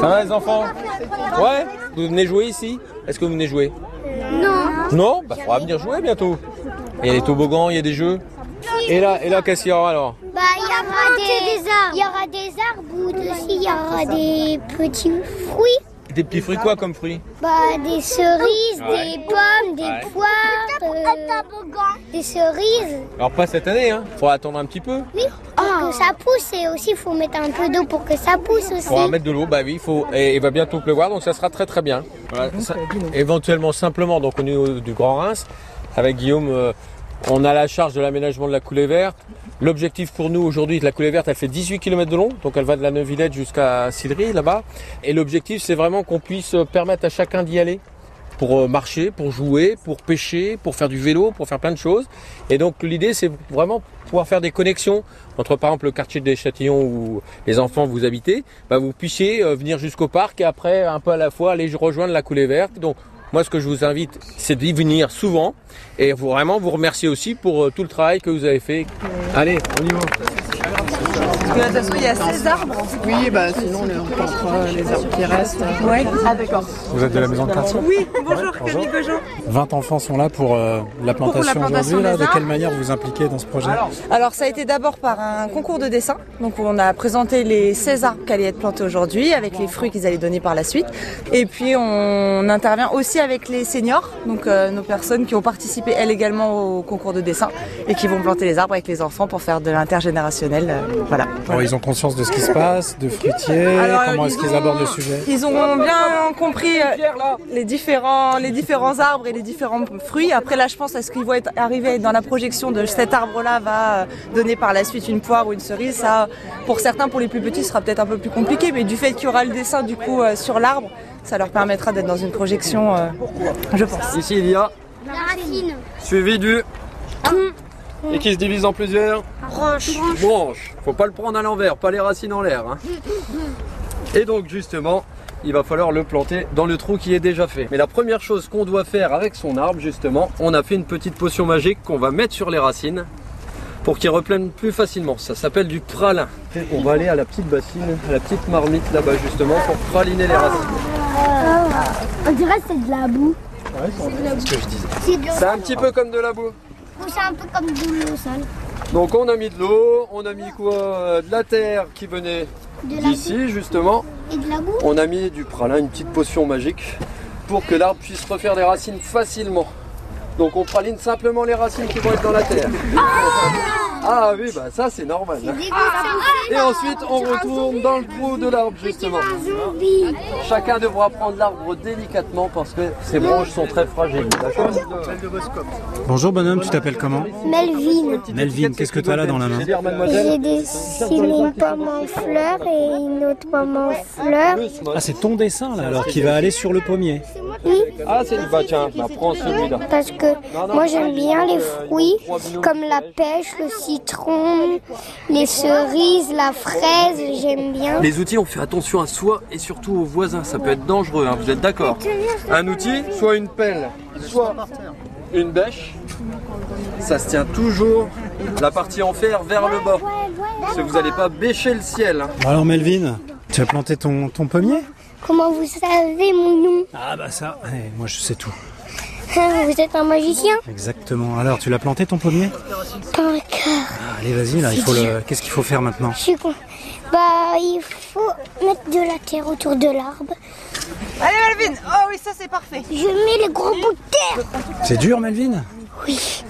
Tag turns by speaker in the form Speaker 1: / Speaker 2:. Speaker 1: Ça va les enfants Ouais Vous venez jouer ici Est-ce que vous venez jouer
Speaker 2: Non.
Speaker 1: Non Bah faudra venir jouer bientôt. Il y a des toboggans, il y a des jeux. Et là, et là qu'est-ce qu'il y aura alors
Speaker 2: Bah, il y aura des, arbres. Il y aura des arbres ou aussi il y aura des petits fruits.
Speaker 1: Des petits fruits quoi comme fruits
Speaker 2: Bah, des cerises,
Speaker 1: Ouais.
Speaker 2: des pommes, des
Speaker 1: Ouais.
Speaker 2: poires, euh, des cerises.
Speaker 1: Alors pas cette année, hein. Faudra attendre un petit peu.
Speaker 2: Oui, pour que ça pousse et aussi il faut mettre un peu d'eau pour que ça pousse aussi.
Speaker 1: Faudra mettre de l'eau, bah oui, faut. Et il va bientôt pleuvoir, donc ça sera très très bien. Voilà, ça- éventuellement simplement, donc au niveau du Grand Reims, avec Guillaume, euh, on a la charge de l'aménagement de la coulée verte. L'objectif pour nous aujourd'hui, la coulée verte, elle fait 18 km de long, donc elle va de la Neuvillette jusqu'à Sillery là-bas. Et l'objectif, c'est vraiment qu'on puisse euh, permettre à chacun d'y aller pour euh, marcher, pour jouer, pour pêcher, pour faire du vélo, pour faire plein de choses. Et donc l'idée, c'est vraiment pouvoir faire des connexions entre par exemple le quartier des Châtillons où les enfants vous habitez, bah, vous puissiez euh, venir jusqu'au parc et après un peu à la fois aller rejoindre la coulée verte. Donc moi ce que je vous invite, c'est d'y venir souvent et vous- vraiment vous remercier aussi pour euh, tout le travail que vous avez fait. Allez, on y va.
Speaker 3: Parce que de toute façon, il y a 16 arbres.
Speaker 4: Oui, bah sinon on portera les arbres qui restent.
Speaker 3: Ouais. Ah, d'accord.
Speaker 5: Vous êtes de la maison de quartier
Speaker 3: Oui, bonjour Camille Gojo.
Speaker 5: 20 enfants sont là pour euh, la plantation,
Speaker 3: plantation
Speaker 5: aujourd'hui. là.
Speaker 3: des
Speaker 5: De quelle
Speaker 3: arbres.
Speaker 5: manière vous vous impliquez dans ce projet
Speaker 3: Alors, ça a été d'abord par un concours de dessin. Donc, on a présenté les 16 arbres qui allaient être plantés aujourd'hui, avec les fruits qu'ils allaient donner par la suite. Et puis, on intervient aussi avec les seniors, donc euh, nos personnes qui ont participé elles également au concours de dessin et qui vont planter les arbres avec les enfants pour faire de l'intergénérationnel. euh, voilà.
Speaker 5: Alors, Ils ont conscience de ce qui se passe, de fruitiers,
Speaker 3: Alors,
Speaker 5: comment
Speaker 3: euh,
Speaker 5: est-ce
Speaker 3: ils
Speaker 5: qu'ils
Speaker 3: ont-
Speaker 5: abordent le sujet
Speaker 3: Ils ont bien compris euh, les différents, les différents arbres et les différents fruits. Après, là, je pense à ce qu'ils vont être arriver dans la projection de cet arbre-là va euh, donner par la suite une poire ou une cerise. Ça, pour certains, pour les plus petits, ce sera peut-être un peu plus compliqué, mais du fait qu'il y aura le dessin du coup euh, sur l'arbre, ça leur permettra d'être dans une projection, euh, je pense.
Speaker 6: Ici, il y a,
Speaker 2: La racine.
Speaker 6: suivi du et qui se divise en plusieurs
Speaker 2: Roche.
Speaker 6: branches. Faut pas le prendre à l'envers, pas les racines en l'air. hein. Et donc, justement, il va falloir le planter dans le trou qui est déjà fait. Mais la première chose qu'on doit faire avec son arbre, justement, on a fait une petite potion magique qu'on va mettre sur les racines pour qu'ils replaignent plus facilement. Ça s'appelle du pralin. On va aller à la petite bassine, à la petite marmite là-bas, justement, pour praliner les racines.
Speaker 2: On dirait que c'est de la boue.
Speaker 6: C'est ce que je disais.
Speaker 2: C'est de l'eau.
Speaker 6: C'est un petit peu comme de la boue.
Speaker 2: C'est un peu comme de l'eau sale.
Speaker 6: Donc on a mis de l'eau, on a mis quoi euh, De la terre qui venait
Speaker 2: De la boue
Speaker 6: d'ici justement.
Speaker 2: et de la boue.
Speaker 6: On a mis du pralin, une petite potion magique, pour que l'arbre puisse refaire des racines facilement. Donc on praline simplement les racines qui vont être dans la terre. Ah oui, bah ça c'est normal. hein.
Speaker 2: Des ah.
Speaker 6: Et ensuite on retourne dans le trou de l'arbre justement.
Speaker 2: zombies.
Speaker 6: Chacun devra prendre l'arbre délicatement parce que ses branches sont très fragiles. D'accord
Speaker 5: Bonjour bonhomme, tu t'appelles comment
Speaker 2: Melvin.
Speaker 5: Melvin, qu'est-ce que tu as là dans la main
Speaker 6: Je veux dire, mademoiselle,
Speaker 2: J'ai dessiné une pomme en fleurs et une autre pomme en fleurs.
Speaker 6: le smog.
Speaker 5: Ah c'est ton dessin là, alors qui va aller sur le pommier.
Speaker 2: Oui,
Speaker 6: Ah c'est bah tiens, bah, prends celui-là.
Speaker 2: parce que moi j'aime bien les
Speaker 6: euh,
Speaker 2: fruits comme la pêche, le citron, les cerises, la fraise, j'aime bien.
Speaker 6: Les outils, on fait attention à soi et surtout aux voisins, ça peut être dangereux, hein, vous êtes d'accord Un outil, soit une pelle, soit une bêche, ça se tient toujours la partie en fer vers le bas. Parce que vous n'allez pas bêcher le ciel. hein.
Speaker 5: Bon, Alors Melvin, tu as planté ton, ton pommier
Speaker 2: Comment vous savez mon nom
Speaker 5: Ah bah ça, eh, moi je sais tout.
Speaker 2: Hein, Vous êtes un magicien
Speaker 5: Exactement. Alors tu l'as planté ton pommier
Speaker 2: Pas encore.
Speaker 5: Ah, Allez vas-y là, il faut le. Qu'est-ce qu'il faut faire maintenant
Speaker 2: Je suis con. Bah, il faut mettre de la terre autour de l'arbre.
Speaker 3: Allez, Melvin Oh oui, ça c'est parfait.
Speaker 2: Je mets les gros bouts de terre.
Speaker 5: C'est dur Melvin
Speaker 2: Oui.